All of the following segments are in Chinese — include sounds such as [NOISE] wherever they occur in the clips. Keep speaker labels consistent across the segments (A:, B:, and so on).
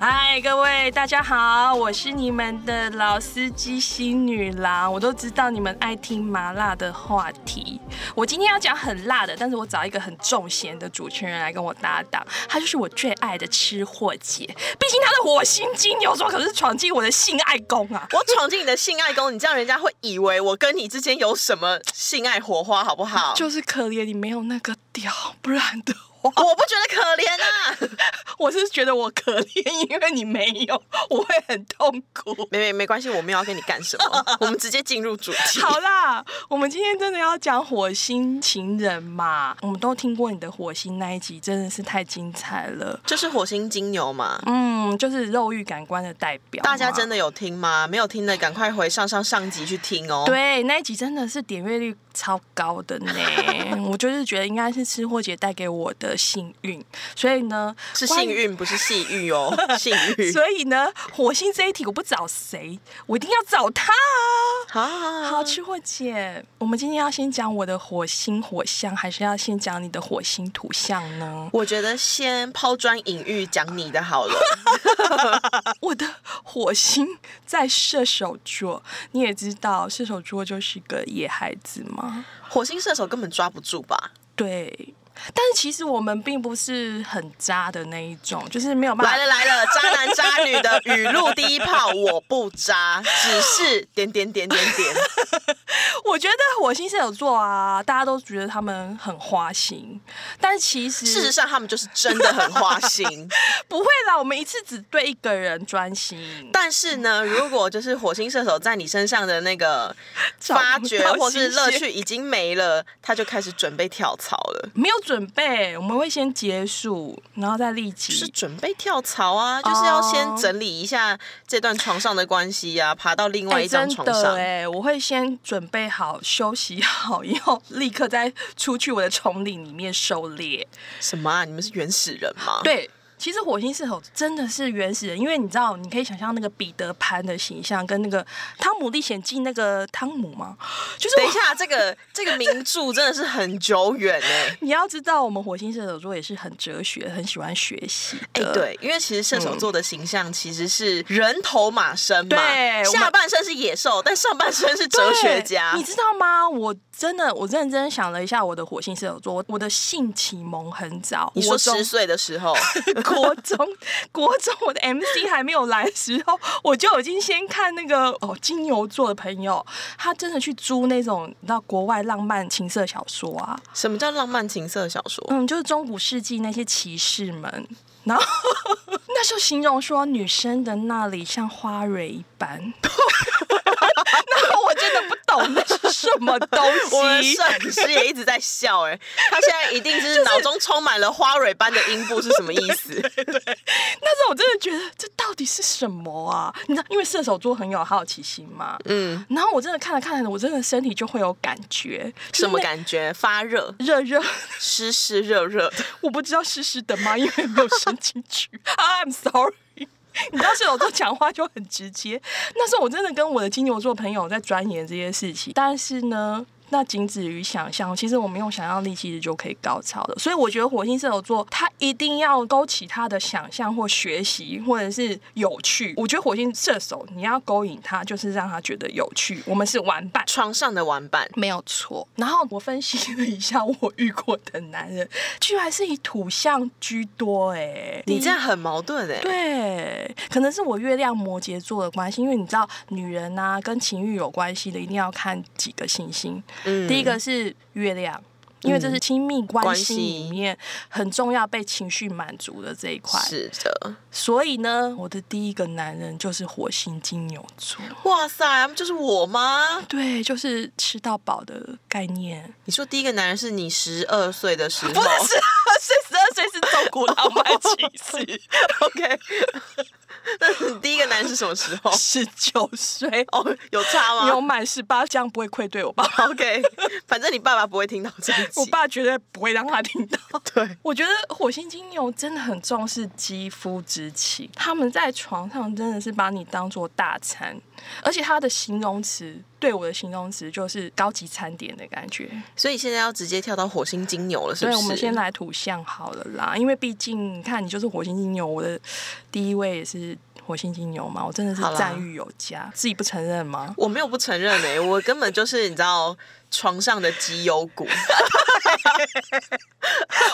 A: 嗨，大家好，我是你们的老司机新女郎。我都知道你们爱听麻辣的话题。我今天要讲很辣的，但是我找一个很重咸的主持人来跟我搭档，他就是我最爱的吃货姐。毕竟他的火星金牛座可是闯进我的性爱宫啊！
B: 我闯进你的性爱宫，你这样人家会以为我跟你之间有什么性爱火花，好不好？
A: 就是可怜你没有那个屌，不然的话，
B: 我不觉得可怜啊，
A: 我是觉得我可怜，因为你没有，我会很痛苦。
B: [LAUGHS] 没没没关系，我没有要跟你干什 [LAUGHS] 么，我们直接进入主
A: [LAUGHS]
B: 题。
A: 好啦，我们今天真的要讲火星情人嘛？我们都听过你的火星那一集，真的是太精彩了。
B: 就是火星金牛嘛，
A: 嗯，就是肉欲感官的代表嘛。
B: 大家真的有听吗？没有听的，赶快回上上上集去听哦。
A: 对那一集真的是点阅率超高的
B: [LAUGHS]
A: 呢。我就是觉得应该是吃货姐带给我的幸运，所以呢，
B: 是
A: 关
B: 幸
A: 于。
B: 运，不是戏运哦， [LAUGHS] 幸运。
A: 所以呢，火星这一题我不找谁，我一定要找他啊！
B: 好好
A: 好，吃货姐，我们今天要先讲我的火星火象，还是要先讲你的火星土象呢？
B: 我觉得先抛砖引玉，讲你的好了。
A: 我的火星在射手座，你也知道，射手座就是个野孩子嘛。
B: 火星射手根本抓不住吧？
A: 对，但是其实我们并不是很渣的那一种，就是没有办法
B: 来了来了，渣男渣女的语录第一炮，我不渣，只是点点点点点。
A: 我觉得火星射手座啊，大家都觉得他们很花心，但其实
B: 事实上，他们就是真的很花心。
A: 不会啦，我们一次只对一个人专心。
B: 但是呢，如果就是火星射手在你身上的那个
A: 找不
B: 发
A: 到
B: 掘或是
A: 新
B: 乐
A: 鲜
B: 趣已经没了，他就开始准备跳槽了。
A: 没有准备，我们会先结束，然后再立
B: 是
A: 即。
B: 准备跳槽啊，就是要
A: 哦
B: 先整理一下这段床上的关系啊，爬到另外一张
A: 真
B: 床
A: 的
B: 上。
A: 哎、我会先准备好、休息好，以后立刻再出去我的丛林里面狩猎。
B: 什么啊？你们是原始人吗？，
A: 对，其实火星射手真的是原始人，因为你知道，你可以想象那个彼得潘的形象，跟那个《汤姆历险记》那个汤姆吗？就是
B: 等一
A: 我。
B: 下，这个这个名著真的是很久远哎、
A: 你要知道，我们火星射手座也是很哲学，很喜欢学习
B: 哎、
A: 的。嗯
B: 对，因为其实射手座的形象其实是人头马身嘛，
A: 对我们
B: 下半身是野兽，但上半身是哲学家
A: 对你。知道吗？我真的，我认真想了一下，我的火星射手座，我我的性启蒙很早，
B: 你
A: 国
B: 说
A: 中
B: 十岁的时候，
A: [LAUGHS] 国中，国中我的 MC 还没有来的时候，我就已经先看那个哦金牛座的朋友，他真的去租那种你知道国外浪漫情色小说啊，
B: 什么叫浪漫情色小说？
A: [LAUGHS] 嗯，就是中古世纪那些骑士们，然后 [LAUGHS] 那时候形容说女生的那里像花蕊一般， [LAUGHS] 然后我真的不懂那是什么东
B: [LAUGHS] 我的
A: 西。
B: 摄影师也一直在笑、哎，他现在一定
A: [LAUGHS]
B: 就是脑中充满了花蕊般的音部是什么意思？
A: 那时候我真的觉得这到底是什么啊？你知道，因为射手座很有好奇心嘛。
B: 嗯，
A: 然后我真的看了看了，我真的身体就会有感觉，就是
B: 什么
A: 那
B: 感觉？发热，
A: 热热，
B: 湿湿热热的。
A: 我不知道湿湿的吗？因为没有伸进 [LAUGHS] 去。I'm Ah, sorry。你知道射手座讲话就很直接，那时候我真的跟我的金牛座朋友在钻研这些事情，但是呢，那仅止于想象。其实我们用想象力其实就可以高潮的，所以我觉得火星射手座他一定要勾起他的想象或学习，或者是有趣。我觉得火星射手你要勾引他，就是让他觉得有趣。我们是玩伴，
B: 床上的玩伴，
A: 没有错。然后我分析了一下我遇过的男人，居然是以土象居多、哎，嗯
B: 你这样很矛盾哎、
A: 对，可能是我月亮摩羯座的关系，因为你知道女人啊跟情欲有关系的，一定要看几个行星。
B: 嗯
A: 第一个是月亮。因为这是亲密关
B: 关
A: 系
B: 系
A: 里面很重要被情绪满足的这一块，
B: 是的，
A: 所以呢，我的第一个男人就是火星金牛座，
B: 哇塞，就是我吗？
A: 对，就是吃到饱的概念。
B: 你说第一个男人是你十二岁的时候，
A: 不是十二岁，十二岁是中古浪漫骑士，
B: [LAUGHS] OK，那你第一个男人是什么时候？
A: 十九岁
B: [LAUGHS] 哦，有差
A: 有
B: 吗
A: 满十八，这样不会愧对我爸。
B: ？OK，反 [LAUGHS] 正你爸爸不会听到这一集。
A: 我爸绝对不会让他听到。
B: 对，
A: 我觉得火星金牛真的很重视肌肤之情，他们在床上真的是把你当做大餐。而且它的形容词对我的形容词就是高级餐点的感觉。
B: 所以现在要直接跳到火星金牛了，是不
A: 对，
B: 是？
A: 我们先来土象好了啦，因为毕竟你看你就是火星金牛，我的第一位也是火星金牛嘛，我真的是
B: 好啦
A: 赞誉有加，自己不承认吗？ [LAUGHS]
B: 我没有不承认哎、我根本就是你知道床上的绩优股，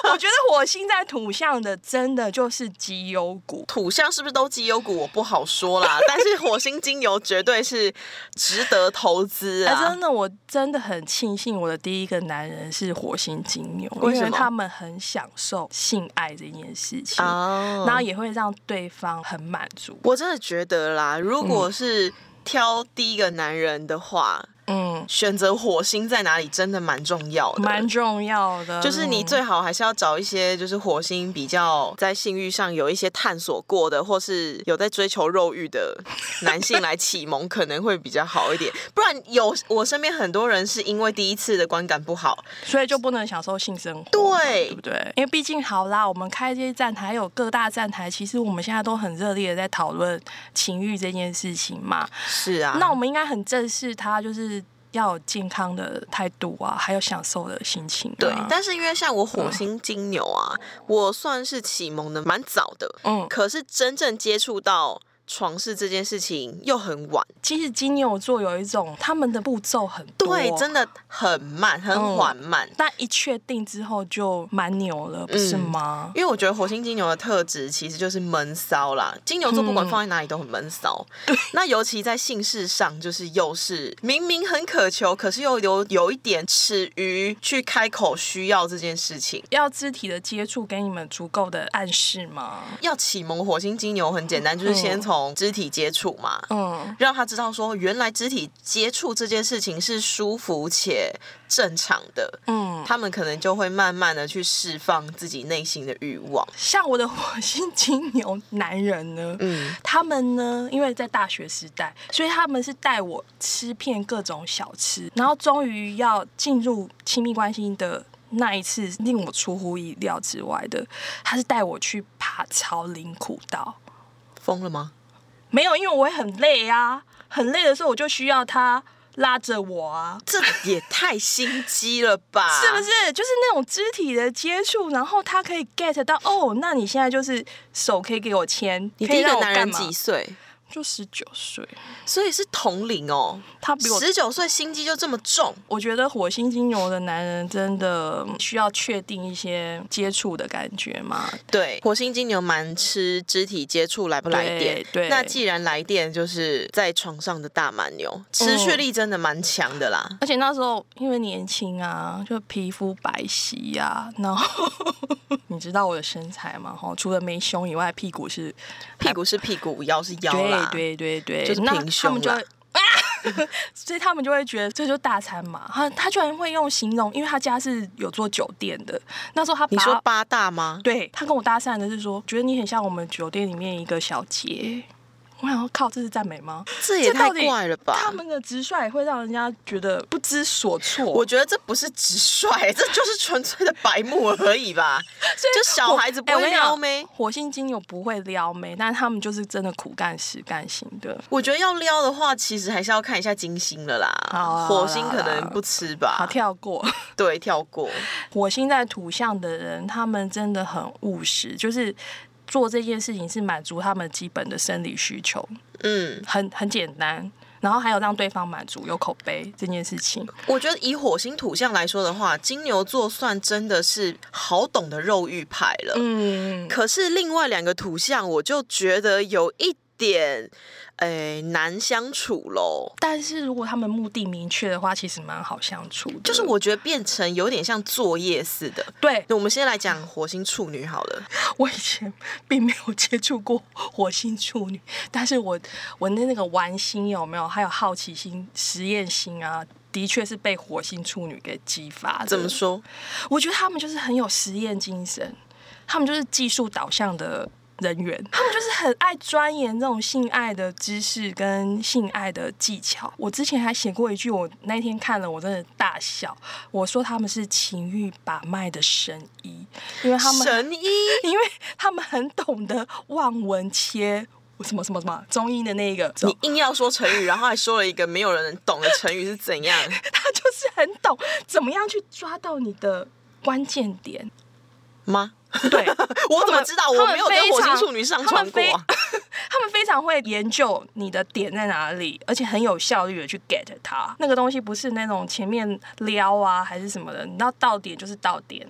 A: 我觉得火星在土象的真的就是绩优股，
B: 土象是不是都绩优股？我不好说啦，但是火星金牛绝对是值得投资
A: 哎、
B: 啊！
A: 真的，我真的很庆幸我的第一个男人是火星金牛，
B: 为
A: 因
B: 什
A: 为
B: 么
A: 他们很享受性爱这件事情，
B: 哦
A: 然后也会让对方很满足。
B: 我真的觉得啦，如果是挑第一个男人的话，
A: 嗯，
B: 选择火星在哪里真的蛮重要的。
A: 蛮重要的，
B: 就是你最好还是要找一些，就是火星比较在性欲上有一些探索过的，或是有在追求肉欲的男性来启蒙，可能会比较好一点。不然有我身边很多人是因为第一次的观感不好，
A: 所以就不能享受性生活嘛，
B: 对
A: 对不对？因为毕竟好啦，我们开这些站台，还有各大站台，其实我们现在都很热烈的在讨论情欲这件事情嘛。
B: 是啊，
A: 那我们应该很正视它，就是要有健康的态度啊，还有享受的心情、啊。
B: 对，但是因为像我火星金牛啊，我算是启蒙的蛮早的，
A: 嗯，
B: 可是真正接触到床事这件事情又很晚，
A: 其实金牛座有一种他们的步骤很多，
B: 对，真的很慢，很
A: 嗯
B: 缓慢。
A: 但一确定之后就蛮牛了，不
B: 嗯
A: 是吗？
B: 因为我觉得火星金牛的特质其实就是闷骚啦，金牛座不
A: 嗯
B: 管放在哪里都很闷骚。那尤其在性事上，就是又是明明很渴求，可是又有有一点耻于去开口需要这件事情。
A: 要肢体的接触给你们足够的暗示吗？
B: 要启蒙火星金牛很简单，就是先从肢体接触嘛，
A: 嗯，
B: 让他知道说原来肢体接触这件事情是舒服且正常的。
A: 嗯，
B: 他们可能就会慢慢的去释放自己内心的欲望。
A: 像我的火星金牛男人呢，
B: 嗯，
A: 他们呢，因为在大学时代，所以他们是带我吃遍各种小吃，然后终于要进入亲密关系的那一次，令我出乎意料之外的，他是带我去爬朝林古道。
B: 疯了吗？
A: 没有，因为我会很累啊，很累的时候我就需要他拉着我啊，
B: 这也太心机了吧？
A: [LAUGHS] 是不？是？就是那种肢体的接触，然后他可以 get 到哦，那你现在就是手可以给我牵，
B: 你
A: 可
B: 第
A: 以
B: 一
A: 让
B: 个
A: 我
B: 男
A: 干
B: 人
A: 嘛？
B: 几岁？
A: 就十九岁，
B: 所以是同龄哦，
A: 他比我。
B: 十九岁心机就这么重。
A: 我觉得火星金牛的男人真的需要确定一些接触的感觉嘛？
B: 对，火星金牛蛮吃肢体接触，来不来电？
A: 对对
B: 那既然来电，就是在床上的大蛮
A: 嗯
B: 牛，持续力真的蛮强的啦。
A: 而且那时候因为年轻啊，就皮肤白皙呀、然后 [LAUGHS] 你知道我的身材嘛？哈，除了没胸以外，屁股是
B: 屁股是屁股，腰是腰啦。
A: 对对对对，
B: 就是
A: 那
B: 平
A: 他
B: 胸
A: 们就
B: 啦
A: 会。啊 [LAUGHS] 所以他们就会觉得这就是大餐嘛，他他居然会用形容，因为他家是有做酒店的，那时候他
B: 你
A: 把
B: 说八大吗？
A: 对他跟我搭讪的是说，觉得你很像我们酒店里面一个小姐。我想说靠，这是赞美吗？
B: 这也太
A: 到底
B: 怪了吧
A: 他！们的直率会让人家觉得不知所措。
B: 我觉得这不是直率，这就是纯粹的白目而已吧。
A: 所以
B: 就小
A: 火
B: 孩子不
A: 哎我
B: 会
A: 跟你讲
B: 撩妹
A: 火星金牛不会撩妹，但是他们就是真的苦干实干型的。
B: 我觉得要撩的话，其实还是要看一下金星了啦。
A: 好啊
B: 火星
A: 好啊
B: 可
A: 好
B: 能
A: 啊
B: 不吃吧。
A: 好，跳过。 [LAUGHS]
B: 对，跳过。
A: 火星在土象的人，他们真的很务实，就是做这件事情是满足他们基本的生理需求，
B: 嗯，
A: 很很简单。然后还有让对方满足、有口碑这件事情，
B: 我觉得以火星土象来说的话，金牛座算真的是好懂的肉欲派了。
A: 嗯，
B: 可是另外两个土象，我就觉得有一点，诶、难相处喽。
A: 但是如果他们目的明确的话，其实蛮好相处的。
B: 就是我觉得变成有点像作业似的。嗯
A: 对
B: 嗯
A: [LAUGHS]
B: 那我们先来讲火星处女好了。
A: 我以前并没有接触过火星处女，但是我我的那个玩心有没有，还有好奇心、实验心啊，的确是被火星处女给激发的。
B: 怎么说？
A: 我觉得他们就是很有实验精神，他们就是技术导向的人员，他们就是很爱钻研这种性爱的知识跟性爱的技巧。我之前还写过一句，我那天看了我真的大笑，我说他们是情欲把脉的神医，因为他们
B: 神医
A: 因为他们很懂得望闻切什么什么什么中医的那个，
B: 你硬要说成语，然后还说了一个没有人懂的成语是怎样？
A: [LAUGHS] 他就是很懂怎么样去抓到你的关键点。
B: 吗？
A: 对，
B: [LAUGHS] 我怎么知道？
A: 他们
B: 我没有跟火星处女上
A: 他
B: 床
A: 们
B: 过
A: 非 [LAUGHS]
B: 啊、
A: 他们非常会研究你的点在哪里，而且很有效率的去 get 它。那个东西不是那种前面撩啊还是什么的，你要到点就是到点，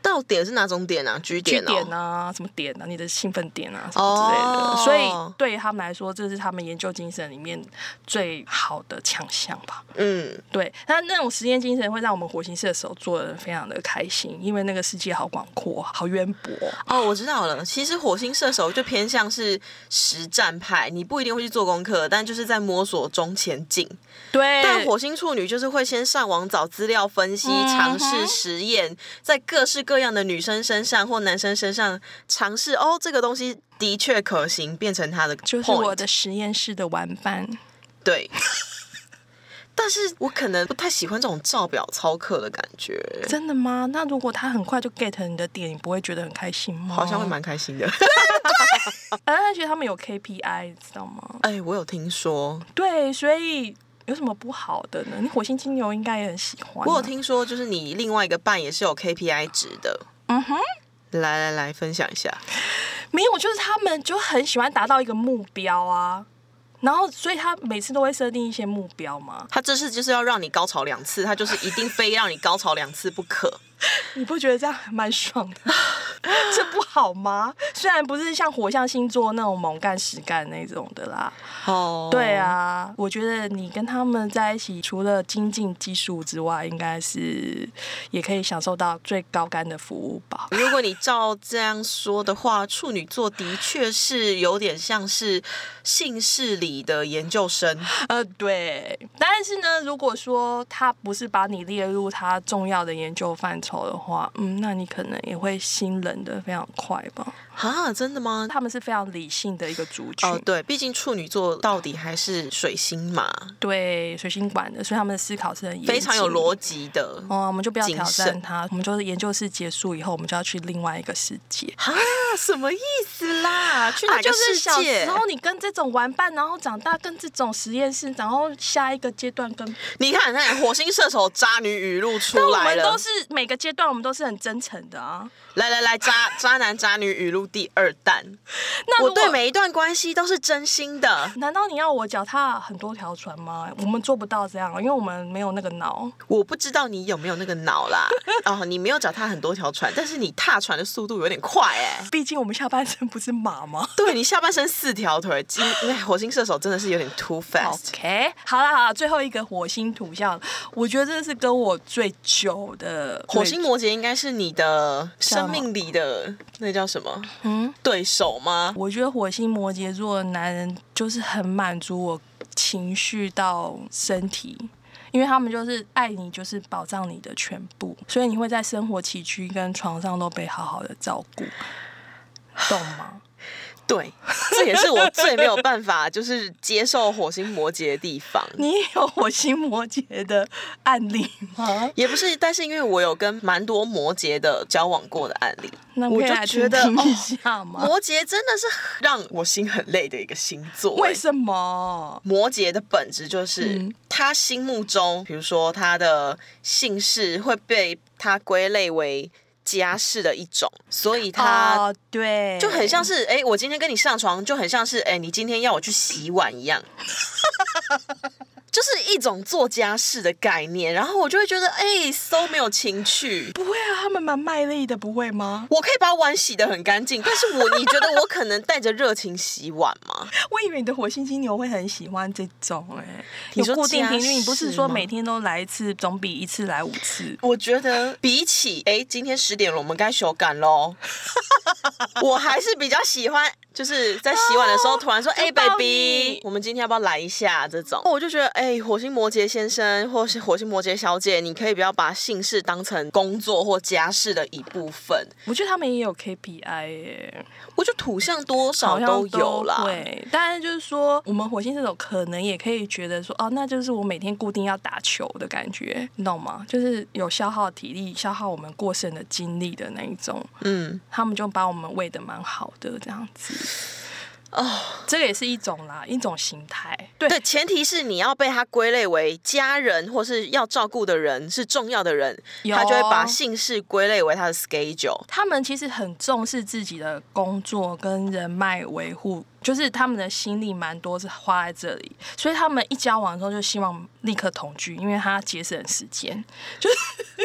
B: 到底是哪种点啊？居
A: 据
B: 点
A: 点
B: 哦。
A: 啊，什么点啊，你的兴奋点啊，什么之类的。
B: 哦
A: 所以对于他们来说，这是他们研究精神里面最好的强项吧。
B: 嗯，
A: 对，那那种实验精神会让我们火星射手做的人非常的开心，因为那个世界好广阔，好渊博。
B: 哦，我知道了。其实火星射手就偏向是实战派，你不一定会去做功课，但就是在摸索中前进。
A: 对，
B: 但火星处女就是会先上网找资料分析，
A: 嗯哼
B: 尝试实验，在各式各样的女生身上或男生身上尝试。哦，这个东西的确可行，变成他的 point。
A: 就是我的实验室的玩伴。
B: 对。 [LAUGHS] 但是我可能不太喜欢这种照表操课的感觉，
A: 真的吗？那如果他很快就 get 你的点，你不会觉得很开心吗？
B: 好像会蛮开心
A: 哦
B: 的。
A: 啊，而且他们有 KPI，你知道吗？
B: [LAUGHS] 哎，我有听说，
A: 对，所以有什么不好的呢？你火星金牛应该也很喜欢、啊
B: 我有，听说，就是你另外一个伴也是有 KPI 值的。
A: 嗯哼，
B: 来来来，分享一下。
A: 没有，就是他们就很喜欢达到一个目标啊。然后，所以他每次都会设定一些目标嘛，
B: 他这次就是要让你高潮两次，他就是一定非让你高潮两次不可。
A: 你不觉得这样还蛮爽
B: [LAUGHS]
A: 的？这不好吗？虽然不是像火象星座那种猛干实干那种的啦，
B: 哦，
A: 对，啊，我觉得你跟他们在一起，除了精进技术之外，应该是也可以享受到最高干的服务吧。
B: 如果你照这样说的话，处女座的确是有点像是姓氏里的研
A: [GASPS]
B: 究生。
A: 呃，对。但是呢，如果说他不是把你列入他重要的研究范畴的话，嗯，那你可能也会心冷的非常快吧。
B: 啊，真的吗？
A: 他们是非常理性的一个族群，
B: 哦，对，毕竟处女座到底还是水星嘛，
A: 对水星管的，所以他们的思考是很严
B: 非常有
A: 谨
B: 逻辑的。
A: 哦，我们就不要
B: 谨
A: 挑战
B: 慎
A: 他，我们就是研究室结束以后，我们就要去另外一个世界。
B: 啊，什么意思啦？去
A: 啊，
B: 哪
A: 就
B: 个
A: 是
B: 世
A: 小
B: 界？
A: 时候你跟这种玩伴，然后长大跟这种实验室，然后下一个阶段跟，
B: 你看，你看，火星射手渣女语录出
A: 但我
B: 来
A: 们都
B: 了。
A: 是每个阶段我们都是很真诚的啊。
B: 来来来，渣渣男渣女语录第二弹。
A: 那
B: 我
A: 如
B: 对
A: 果
B: 每一段关系都是真心的，
A: 难道你要我脚踏很多条船吗？我们做不到这样，啊因为我们没有那个脑。
B: 我不知道你有没有那个脑啦。哦，你没有脚踏很多条船，但是你踏船的速度有点快哎、
A: 毕竟我们下半身不是马吗
B: 对你下半身四条腿，今哎火星射手真的是有点 too fast。
A: ？OK，好了好了，最后一个火星图像，我觉得这是跟我最久的
B: 火星摩羯应该是你的生命里的那叫什么
A: 嗯，
B: 对手吗？
A: 我觉得火星摩羯座的男人就是很满足我情绪到身体，因为他们就是爱你，就是保障你的全部，所以你会在生活起居跟床上都被好好的照顾，懂吗？
B: 对， [LAUGHS] 这也是我最没有办法就是接受火星摩羯的地
A: [LAUGHS]
B: 方。
A: 你有火星摩羯的案例吗？
B: 也不是，但是因为我有跟蛮多摩羯的交往过的案例，
A: 那
B: 我
A: 可以
B: 就
A: 来
B: 觉得
A: 听一
B: 哦
A: 下吗？
B: 摩羯真的是让我心很累的一个星座、
A: 为
B: 哎
A: 什么？
B: 摩羯的本质就是、
A: 嗯
B: 他心目中，比如说他的姓氏会被他归类为家世的一种，所以他
A: 哦、对，
B: 就很像是哎、我今天跟你上床，就很像是哎、你今天要我去洗碗一样。 [LAUGHS] 就是一种做家事的概念，然后我就会觉得，哎、都没有情趣。
A: 不会啊，他们蛮卖力的，不会吗？
B: 我可以把碗洗得很干净，但是我你觉得我可能带着热情洗碗吗？
A: 我以为你的火星金牛会很喜欢这种哎、
B: 你
A: 有
B: 说
A: 固定频率，
B: 家
A: 你不是
B: 事
A: 说
B: 吗
A: 每天都来一次，总比一次来五次。
B: 我觉得 [LAUGHS] 比起哎，今天十点了，我们该修改喽。 [LAUGHS] 我还是比较喜欢，就是在洗碗的时候突然说：“哎、
A: 拥
B: b
A: 抱
B: a
A: 你
B: b y 我们今天要不要来一下？”这种，我就觉得，哎、火星摩羯先生或是火星摩羯小姐，你可以不要把姓氏当成工作或家事的一部分。
A: 我觉得他们也有 KPI 哎、
B: 我觉得土象多
A: 好
B: 少
A: 像
B: 都有啦，
A: 对，但是就是说，我们火星射手可能也可以觉得说，哦，那就是我每天固定要打球的感觉，你懂吗？就是有消耗体力、消耗我们过剩的精力的那一种，
B: 嗯，
A: 他们就把我们喂的蛮好的这样子。这个也是一种啦，一种形态。哦对，
B: 对，前提是你要被他归类为家人或是要照顾的人是重要的人，
A: 有哦
B: 他就会把姓氏归类为他的 schedule。
A: 他们其实很重视自己的工作跟人脉维护，就是他们的心力蛮多是花在这里，所以他们一交往的时候就希望立刻同居，因为他节省时间，就是就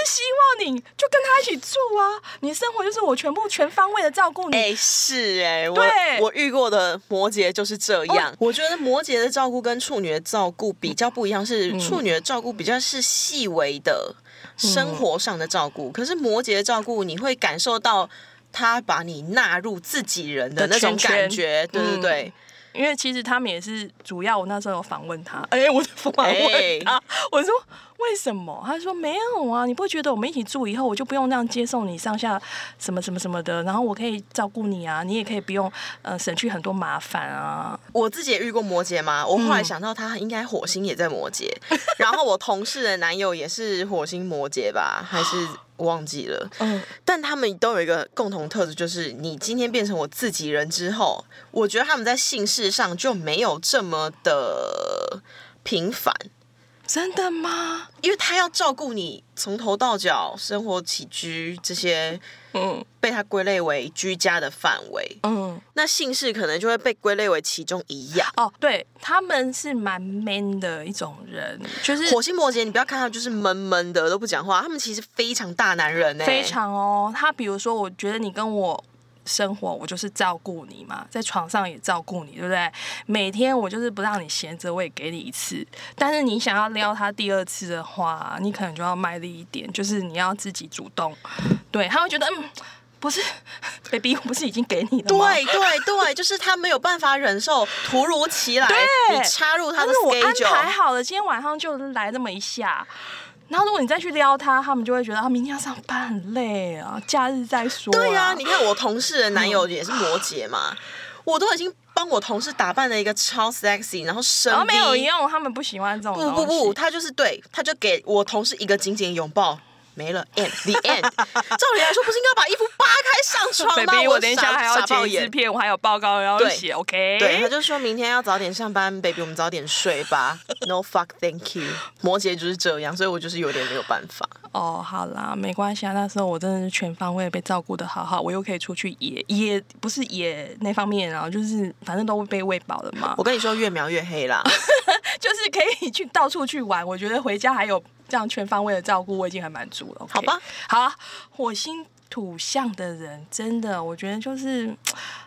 A: 是希望你就跟他一起住啊，你的生活就是我全部全方位的照顾你。
B: 哎、是哎、
A: 嗯
B: 我
A: 对哦
B: 我遇过的摩羯就是这样。我觉得摩羯的照顾跟处女的照顾比较不一样，是
A: 嗯
B: 处女的照顾比较是细微的生活上的照顾，可是摩羯的照顾你会感受到他把你纳入自己人的
A: 的
B: 那种
A: 圈圈
B: 感觉，对对
A: 嗯
B: 对。
A: 因为其实他们也是主要，我那时候有访问他，哎、我就访问他，我说为什么？他说没有啊，你不觉得我们一起住以后，我就不用那样接送你上下什么什么什么的，然后我可以照顾你啊，你也可以不用呃省去很多麻烦啊。
B: 我自己也遇过摩羯嘛，我后
A: 嗯
B: 来想到他应该火星也在摩羯， [LAUGHS] 然后我同事的男友也是火星摩羯吧，还是我忘记了。
A: 嗯，
B: 但他们都有一个共同特质，就是你今天变成我自己人之后，我觉得他们在姓氏上就没有这么的频繁，
A: 真的吗？
B: 因为他要照顾你从头到脚生活起居这些
A: 嗯
B: 被他归类为居家的范围，
A: 嗯，
B: 那姓氏可能就会被归类为其中一样。
A: 哦，对，他们是蛮 man 的一种人，就是
B: 火星摩羯，你不要看他就是闷闷的都不讲话，他们其实非常大男人欸呢、
A: 非。常哦。他比如说，我觉得你跟我生活，我就是照顾你嘛，在床上也照顾你，对不对？每天我就是不让你闲着，我也给你一次。但是你想要撩他第二次的话，你可能就要卖力一点，就是你要自己主动。对，他会觉得嗯，不是 [LAUGHS] ，baby，我不是已经给你了吗？
B: 对对对，就是他没有办法忍受突如其来
A: 对
B: 你插入他
A: 但
B: 的
A: 是我安排
B: schedule，
A: 好了，今天晚上就来那么一下。然后如果你再去撩他，他们就会觉得啊，明天要上班很累啊，嗯假日再说啦。
B: 对啊，你看我同事的男友也是摩羯嘛，我都已经帮我同事打扮了一个超 sexy，然后深
A: 哦然后没有
B: V
A: 用，他们不喜欢这种
B: 不
A: 东
B: 不不，
A: 西，
B: 他就是对，他就给我同事一个紧紧拥抱。没了，end the
A: [LAUGHS]
B: end。照理来说，不是应该把衣服扒开上床吗？
A: baby，我等一
B: 傻
A: 下还要
B: 傻爆
A: 剪
B: 眼
A: 制片，我还有报告要
B: 对
A: 写，OK？
B: 对，他就说明天要早点上班，baby，我们早点睡吧。No fuck, thank you。摩羯就是这样，所以我就是有点没有办法。
A: 哦，好啦，没关系啊。那时候我真的是全方位被照顾的好好，我又可以出去野野，不是野那方面啊，就是反正都被喂饱了嘛
B: 我，跟你说，越描越黑
A: [LAUGHS]
B: 啦。
A: 就是可以去到处去玩。我觉得回家还有这样全方位的照顾，我已经很满足了。OK
B: 好吧，
A: 好啊，火星土象的人真的，我觉得就是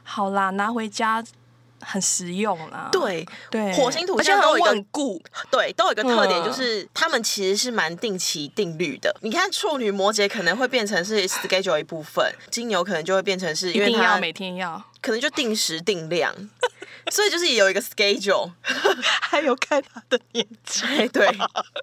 A: 好啦，拿回家很实用啦。。
B: 对
A: 对，
B: 火星土
A: 而且
B: 象
A: 很
B: 都有一个
A: 稳固，
B: 对，都有一个特点，
A: 嗯
B: 就是他们其实是蛮定期定律的。你看处女、摩羯可能会变成是 schedule 一部分，金牛可能就会变成是
A: 一
B: 因为
A: 定要
B: 它
A: 每天
B: [LAUGHS]
A: 要。
B: 可能就定时定量， [LAUGHS] 所以就是也有一
A: [LAUGHS]
B: 个 schedule。
A: 还有看他的年纪，
B: 哎，对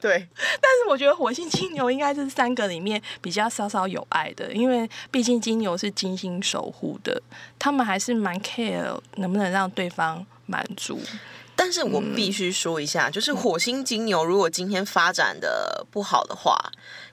B: 对，
A: 但是我觉得火星金牛应该是三个里面比较稍稍有爱的，因为毕竟金牛是精心守护的，他们还是蛮 care 能不能让对方满足。
B: 啊但是我必须说一下，就是火星金牛，如果今天发展的不好的话，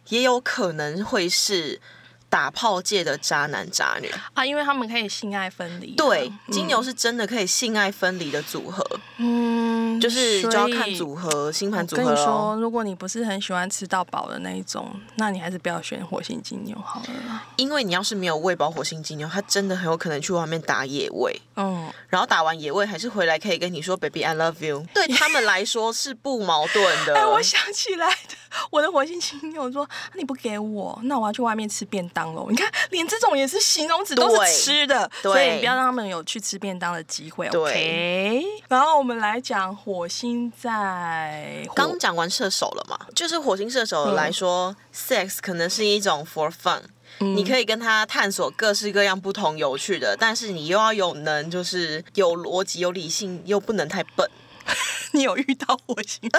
B: 也有可能会是打炮界的渣男渣女。
A: 啊，因为他们可以性爱分离啊。
B: 对，金牛是真的可以性爱分离的组合，
A: 嗯，
B: 就是就要看
A: 合。
B: 组合星盘组
A: 跟
B: 合哦
A: 你
B: 咯
A: 说，如果你不是很喜欢吃到饱的那一种，那你还是不要选火星金牛好了啦。
B: 因为你要是没有喂饱火星金牛，他真的很有可能去外面打野味，
A: 嗯，
B: 然后打完野味还是回来可以跟你说 “baby I love you”，对他们来说是不矛盾
A: [LAUGHS]
B: 的。
A: 哎、我想起来的，我的火星金牛说你不给我，那我要去外面吃便当喽。你看，连这种也是形容词，都
B: 对
A: 是吃的，所以
B: 对
A: 你不要让他们有去吃便当的机会。
B: 对
A: OK。然后我们来讲火星在火
B: 刚讲完射手了嘛，就是火星射手
A: 嗯
B: 来说、s e x 可能是一种 for fun，、你
A: 嗯
B: 可以跟他探索各式各样不同有趣的，但是你又要有能，就是有逻辑、有理性，又不能太笨。
A: [LAUGHS] 你有遇到火星
B: [LAUGHS]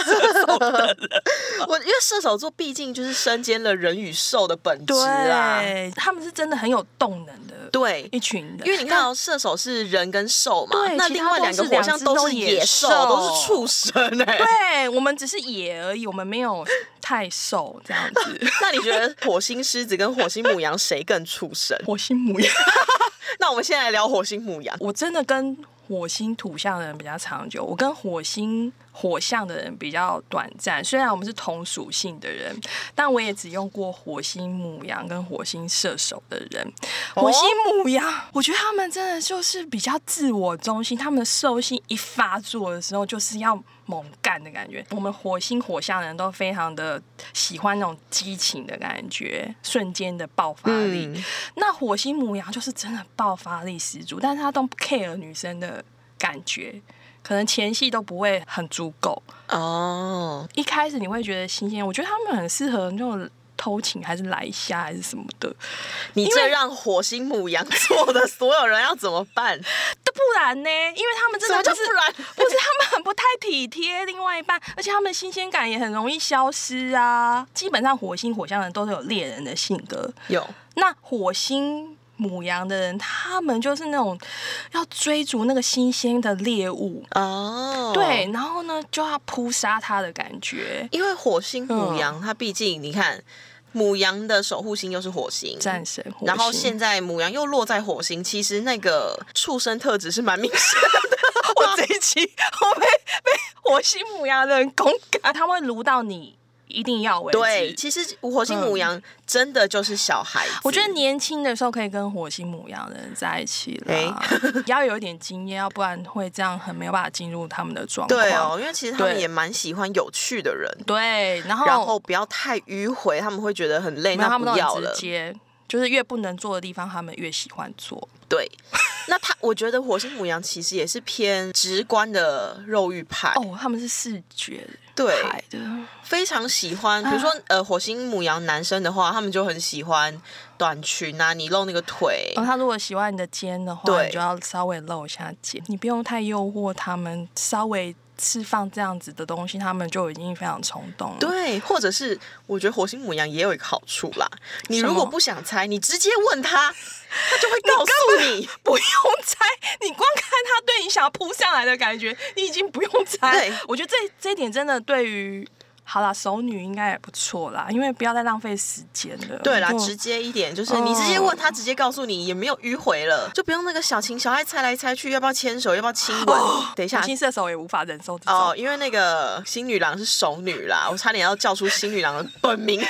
B: 我因为射手座毕竟就是身兼了人与兽的本质啊，
A: 对，他们是真的很有动能的，
B: 对。
A: 一群人。
B: 因为你看哦，射手是人跟兽嘛，
A: 对
B: 那
A: 其
B: 另
A: 他
B: 外
A: 都
B: 两
A: 是
B: 个火
A: 两
B: 象
A: 只
B: 都
A: 都
B: 是
A: 野
B: 野兽，
A: 兽
B: 都是畜生哎、 [LAUGHS]
A: 对我们只是野而已，我们没有太瘦这样子。
B: 那你觉得火星狮子跟火星母羊谁更畜生？ [LAUGHS]
A: 火星母羊，
B: 那那我们先来聊火星母羊。
A: 我真的跟火星土象的人比较长久，我跟火星火象的人比较短暂。虽然我们是同属性的人，但我也只用过火星母羊跟火星射手的人。
B: 哦
A: 火星母羊，我觉得他们真的就是比较自我中心，他们的兽性一发作的时候就是要。猛干的感觉，我们火星火象的人都非常的喜欢那种激情的感觉，瞬间的爆发力。
B: 嗯
A: 那火星母羊就是真的爆发力十足，但是他都不 care 女生的感觉，可能前戏都不会很足够。
B: 哦，
A: 一开始你会觉得新鲜，我觉得他们很适合那种偷情还是来虾还是什么的，
B: 你这让火星母羊 [LAUGHS] 座的所有人要怎么
A: [LAUGHS]
B: 办？
A: 都不然呢？因为他们真
B: 什么
A: 的
B: 叫
A: 就是
B: 不然？
A: 不是他们很不太体贴另外一半，而且他们新鲜感也很容易消失啊。基本上火星火象人都是有猎人的性格，
B: 有
A: 那火星母羊的人，他们就是那种要追逐那个新鲜的猎物，
B: 哦，
A: 对，然后呢就要扑杀它的感觉。
B: 因为火星母
A: 嗯
B: 羊，它毕竟你看，母羊的守护星又是火星，
A: 战神火星，
B: 然后现在母羊又落在火星，其实那个畜生特质是蛮明显的。
A: 我这一期我被被火星母羊的人攻感，他们会撸到你一定要为止。
B: 对，其实火星母羊真的就是小孩子，
A: 嗯我觉得年轻的时候可以跟火星母羊的人在一起啦，
B: 哎
A: [LAUGHS] 要有一点经验，要不然会这样很没有办法进入他们的状况。
B: 对哦，因为其实他们
A: 对
B: 也蛮喜欢有趣的人，
A: 对，然后
B: 然后不要太迂回，他们会觉得很累，
A: 没有，
B: 那
A: 他
B: 不
A: 们都
B: 要
A: 很
B: 了
A: 直。接，就是越不能做的地方，他们越喜欢做。
B: 对，那他我觉得火星母羊其实也是偏直观的肉欲派，
A: 哦，他们是视觉
B: 哎对
A: 派啊的，
B: 非常喜欢。比如说呃，火星母羊男生的话，他们就很喜欢短裙啊，你露那个腿。
A: 然后哦他如果喜欢你的肩的话，
B: 对
A: 你就要稍微露一下肩，你不用太诱惑他们，稍微释放这样子的东西，他们就已经非常冲动了。
B: 对，或者是我觉得火星母羊也有一个好处啦，你如果
A: 什么
B: 不想猜，你直接问他，他就会告诉 [LAUGHS] 你。
A: [LAUGHS] 不用猜，你光看他对你想要扑上来的感觉，你已经不用猜
B: 对。
A: 我觉得这这一点真的对于。好啦，熟女应该也不错啦，因为不要再浪费时间了。
B: 对啦，
A: 就
B: 直接一点，就是你直接问他，直接告诉你，也没有迂回了，哦就不用那个小情小爱猜来猜去，要不要牵手，要不要亲吻。等一下
A: 火，星射手也无法忍受这种。
B: 哦，因为那个新女郎是熟女啦，我差点要叫出新女郎的本 [LAUGHS] 名。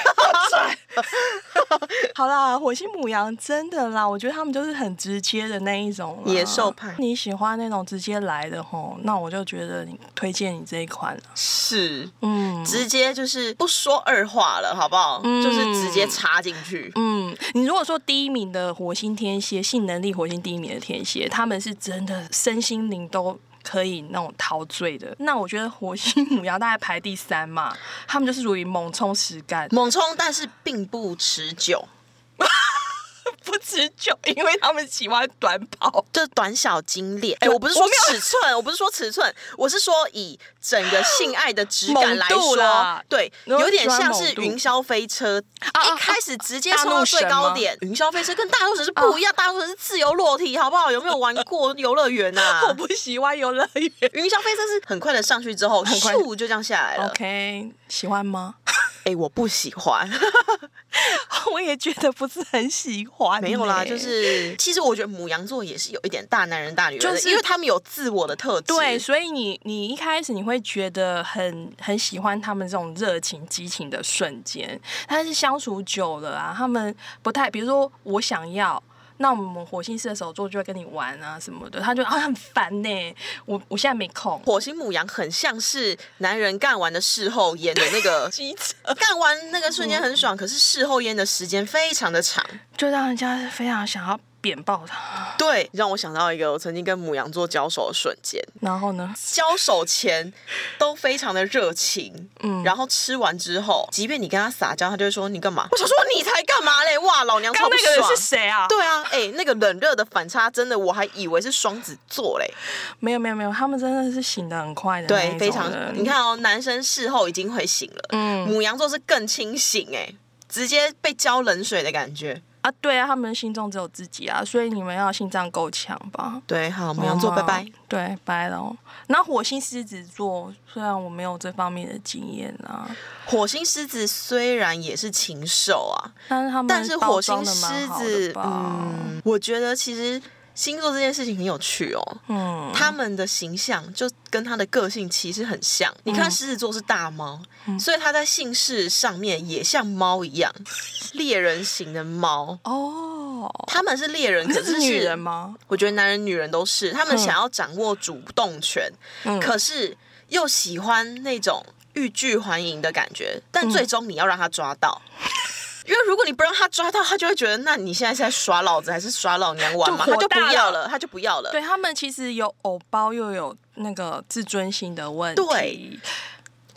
A: 好啦，火星母羊真的啦，我觉得他们就是很直接的那一种啦
B: 野兽派
A: 你喜欢那种直接来的吼，那我就觉得你推荐你这一款啦
B: 是，
A: 嗯
B: 直接就是不说二话了，好不好？
A: 嗯
B: 就是直接插进去。
A: 嗯，你如果说第一名的火星天蝎，性能力火星第一名的天蝎，他们是真的身心灵都。可以那种陶醉的，那我觉得火星母羊大概排第三嘛，他们就是属于猛冲实干，
B: 猛冲，但是并不持久，
A: 不持久，因为他们喜欢短跑。
B: 就是短小精炼。哎、
A: 我
B: 我不是说
A: 我没有
B: 尺寸，我不是说尺寸，我是说以整个性爱的质
A: [GASPS]
B: 感来
A: 猛度
B: 说
A: 啦，
B: 对，
A: 如果
B: 有点
A: 喜欢
B: 像
A: 猛
B: 是
A: 度
B: 云霄飞车，
A: 啊
B: 一开始直接
A: 大
B: 冲到
A: 怒
B: 最
A: 神
B: 高
A: 吗啊
B: 点。云霄飞车跟大陆神是不一样，大陆神是自由落体，好不好？有没有玩
A: [LAUGHS]
B: 过游乐园呐
A: 我？不喜欢游乐
B: [LAUGHS]
A: 园，
B: 云霄飞车是很快的上去之后，
A: 很快地
B: 咻就这样下来了。
A: OK，喜欢吗？
B: 哎、我不喜欢。
A: [LAUGHS] 我也觉得不是很喜欢、
B: 没有啦，
A: 欸
B: 就是其实我觉得母羊座也是有一点大男人大女人的，
A: 就是
B: 因为他们有自我的特质。
A: 对，所以你你一开始你会觉得很很喜欢他们这种热情激情的瞬间，但是相处久了啊，他们不太，比如说我想要。那我们火星射手座就会跟你玩啊什么的，他就啊很烦呢、我我现在没空。，
B: 火星母羊很像是男人干完的事后烟的那个
A: [LAUGHS] 机车
B: 干完那个瞬间很爽，可是事后烟的时间非常的长。
A: 就让人家非常想要扁爆他。
B: 对，让我想到一个我曾经跟母羊座交手的瞬间，
A: 然后呢，
B: 交手前都非常的热情，嗯，
A: 嗯
B: 然后吃完之后，即便你跟他撒娇，他就会说你干嘛？我想说你才干嘛嘞？哇，老娘
A: 刚
B: 超
A: 刚
B: 不
A: 那个人
B: 爽
A: 是。谁啊？
B: 对啊，哎、那个冷热的反差，真的我还以为是双子座嘞。
A: 没有没有没有，他们真的是醒的很快的那一种
B: 对，非常
A: 人。
B: 你看哦，男生事后已经会醒了，
A: 嗯
B: 母羊座是更清醒哎、直接被浇冷水的感觉。
A: 啊，对啊，他们心中只有自己啊，所以你们要心脏够强吧。
B: 对，好，母羊座，拜拜
A: 嗯。。对，拜喽。那火星狮子座，虽然我没有这方面的经验啊，
B: 火星狮子虽然也是禽兽啊，
A: 但是他们
B: 但是
A: 包
B: 火
A: 装
B: 星
A: 的
B: 狮
A: 蛮好的
B: 子，
A: 吧。
B: 嗯，我觉得其实星座这件事情很有趣哦，
A: 嗯，
B: 他们的形象就跟他的个性其实很像。
A: 嗯
B: 你看狮子座是大猫，所以他在姓氏上面也像猫一样，猎人型的猫。
A: 哦，
B: 他们是猎人，可
A: 这
B: 是
A: 是女人吗？
B: 我觉得男人女人都是，他们
A: 嗯
B: 想要掌握主动权，
A: 嗯
B: 可是又喜欢那种欲拒还迎的感觉，
A: 嗯
B: 但最终你要让他抓
A: [LAUGHS]
B: 到。因为如果你不让他抓到，他就会觉得，那你现在是在耍老子还是耍老娘玩嘛？
A: 就
B: 他
A: 火
B: 就
A: 大
B: 不要
A: 了
B: 了，他就不要了。
A: 对他们其实有偶包，又有那个自尊心的问题。
B: 对，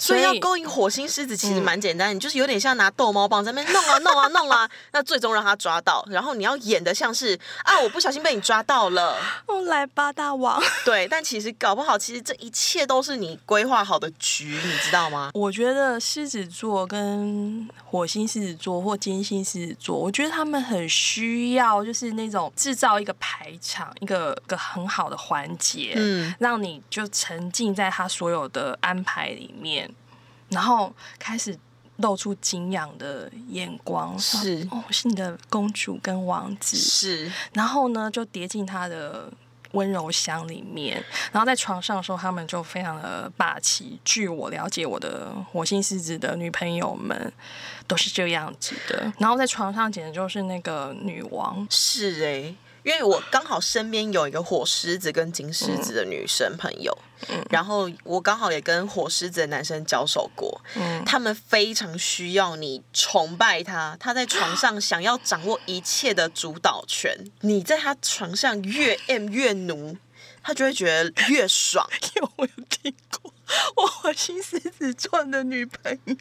B: 所以要勾引火星狮子其实蛮简单，你就是有点像拿逗猫棒在那边弄啊弄啊
A: [LAUGHS]
B: 弄啊，那最终让他抓到，然后你要演的像是啊，我不小心被你抓到了，
A: 哦，来吧，大王。
B: 对，但其实搞不好，其实这一切都是你规划好的局，你知道吗？
A: 我觉得狮子座跟火星狮子座或金星狮子座，我觉得他们很需要就是那种制造一个排场，一个一个很好的环节，
B: 嗯，
A: 让你就沉浸在他所有的安排里面，然后开始露出敬仰的眼光，说
B: 是
A: 哦，我是你的公主跟王子，
B: 是，
A: 然后呢就跌进他的。温柔乡里面，然后在床上的时候，他们就非常的霸气。据我了解，我的火星狮子的女朋友们都是这样子的。然后在床上简直就是那个女王，
B: 是哎、因为我刚好身边有一个火狮子跟金狮子
A: 嗯
B: 的女生朋友，然后我刚好也跟火狮子的男生交手过，
A: 嗯
B: 他们非常需要你崇拜他，他在床
A: [GASPS]
B: 上想要掌握一切的主导权，你在他床上越 M 越奴，他就会觉得越爽，
A: 有我有听过，我火星狮子座的女朋友，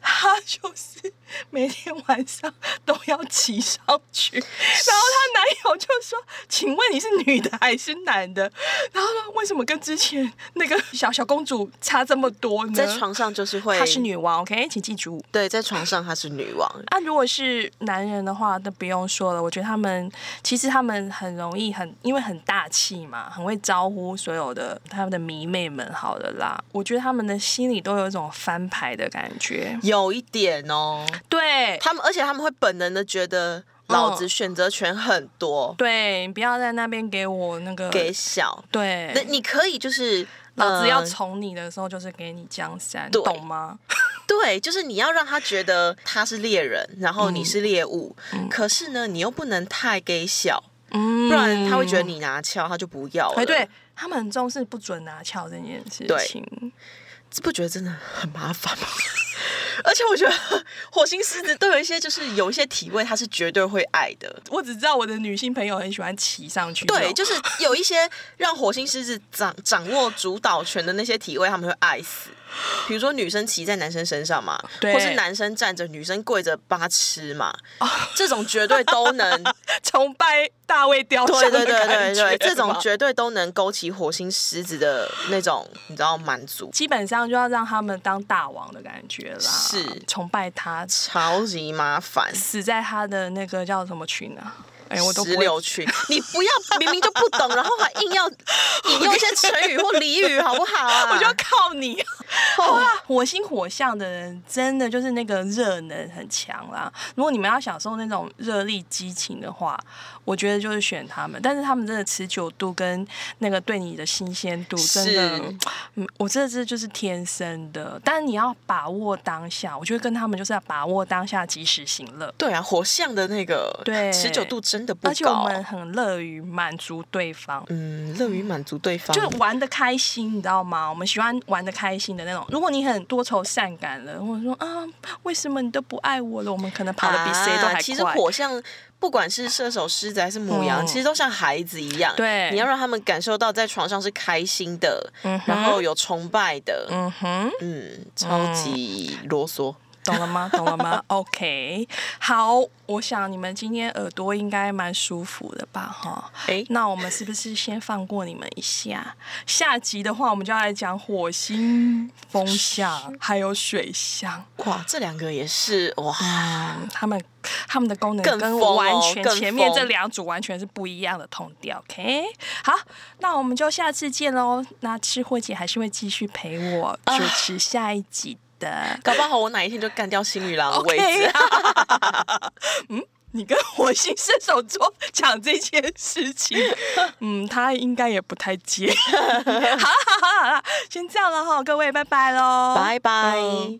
A: 她就是每天晚上都要骑上去，然后她男友就说：“请问你是女的还是男的？”然后说：“为什么跟之前那个小小公主差这么多呢？”
B: 在床上就是会
A: 嗯她是女王，OK，请记住。
B: 对，在床上她是女王，
A: 啊，如果是男人的话，那不用说了。我觉得他们其实他们很容易很，因为很大气嘛，很会招呼所有的他们的迷妹们。好了啦，我觉得他们的心里都有一种翻牌的感觉。
B: 有一点哦，
A: 对
B: 他们而且他们会本能的觉得
A: 嗯
B: 老子选择权很多，
A: 对，你不要在那边给我那
B: [LAUGHS]
A: 个
B: 给小，那
A: 对。
B: 你可
A: [LAUGHS]
B: 以就是
A: 老子要
B: 呃
A: 宠你的时候，就是给你江山，
B: 对
A: 懂吗？
B: 对，就是你要让他觉得他是猎人，然后你
A: 嗯
B: 是猎物，可是呢，你又不能太给小，
A: 嗯，
B: 不然他会觉得。你拿枪，他就不要了。
A: 哎，对，他们很重视不准拿翘这件事
B: 对
A: 情。
B: 这不觉得真的很麻烦吗？ [LAUGHS] 而且我觉得火星狮子都有一些，就是有一些体位，他是绝对会爱的。
A: 我只知道我的女性朋友很喜欢骑上去这种。
B: 对，就是有一些让火星狮子掌掌握主导权的那些体位，他们会爱死。比如说女生骑在男生身上嘛，
A: 对哦
B: 或是男生站着，女生跪着帮他吃嘛，这种绝对都能，
A: [LAUGHS] 崇拜大卫雕
B: 对
A: 像的
B: 对对对
A: 感觉
B: 对，这种
A: 吧
B: 绝对都能勾起火星狮子的那种，你知道满足，
A: 基本上就要让他们当大王的感觉啦，
B: 是
A: 崇拜他，
B: 超级麻烦。
A: 死在他的那个叫什么群啊？哎、我都不
B: 石
A: 会
B: 榴裙，你不要明明就不
A: [LAUGHS]
B: 懂，然后还硬要引用一些成语或俚语，好不好
A: [LAUGHS]
B: 啊？
A: 我就要靠你、啊！ [LAUGHS] 火星火象的人真的就是那个热能很强啦。如果你们要享受那种热力激情的话，我觉得就是选他们。但是他们真的持久度跟那个对你的新鲜度，真的
B: 是，
A: 嗯，我这这就是天生的。但是你要把握当下，我觉得跟他们就是要把握当下，及时行乐。
B: 对啊，火象的那个
A: 对
B: 持久度真的不高，
A: 而且我们很乐于满足对方，
B: 嗯，乐于满足对方，
A: 就玩的开心，你知道吗？我们喜欢玩的开心的那种。如果你很多愁善感了，或者说啊，为什么你都不爱我了？我们可能跑得比谁都还快。
B: 啊其实火象不管是射手、狮子还是母羊，
A: 嗯
B: 其实都像孩子一样。
A: 对
B: 你要让他们感受到在床上是开心的，
A: 嗯哼
B: 然后有崇拜的，
A: 嗯哼，嗯
B: 嗯，超级啰嗦。
A: 懂了吗？懂了吗
B: [LAUGHS]
A: ？OK，好，我想你们今天耳朵应该蛮舒服的吧？哈，
B: 哎、
A: 那我们是不是先放过你们一下？下集的话，我们就要来讲火星风象还有水象。
B: 哇，这两个也是哇，
A: 嗯，他们他们的功能
B: 更
A: 跟
B: 疯哦
A: 完全
B: 更
A: 前面
B: 疯
A: 这两组完全是不一样的痛调。OK，好，那我们就下次见喽。那吃货姐还是会继续陪我主持下一集的。
B: [LAUGHS] 搞不好我哪一天就干掉星宇郎的位置。
A: [LAUGHS] OK，嗯，你跟火星射手座讲这件事情，嗯，他应该也不太 [LAUGHS] 接。好啦好啦好啦，先这样了哈，各位，拜拜喽，
B: 拜拜。
A: 嗯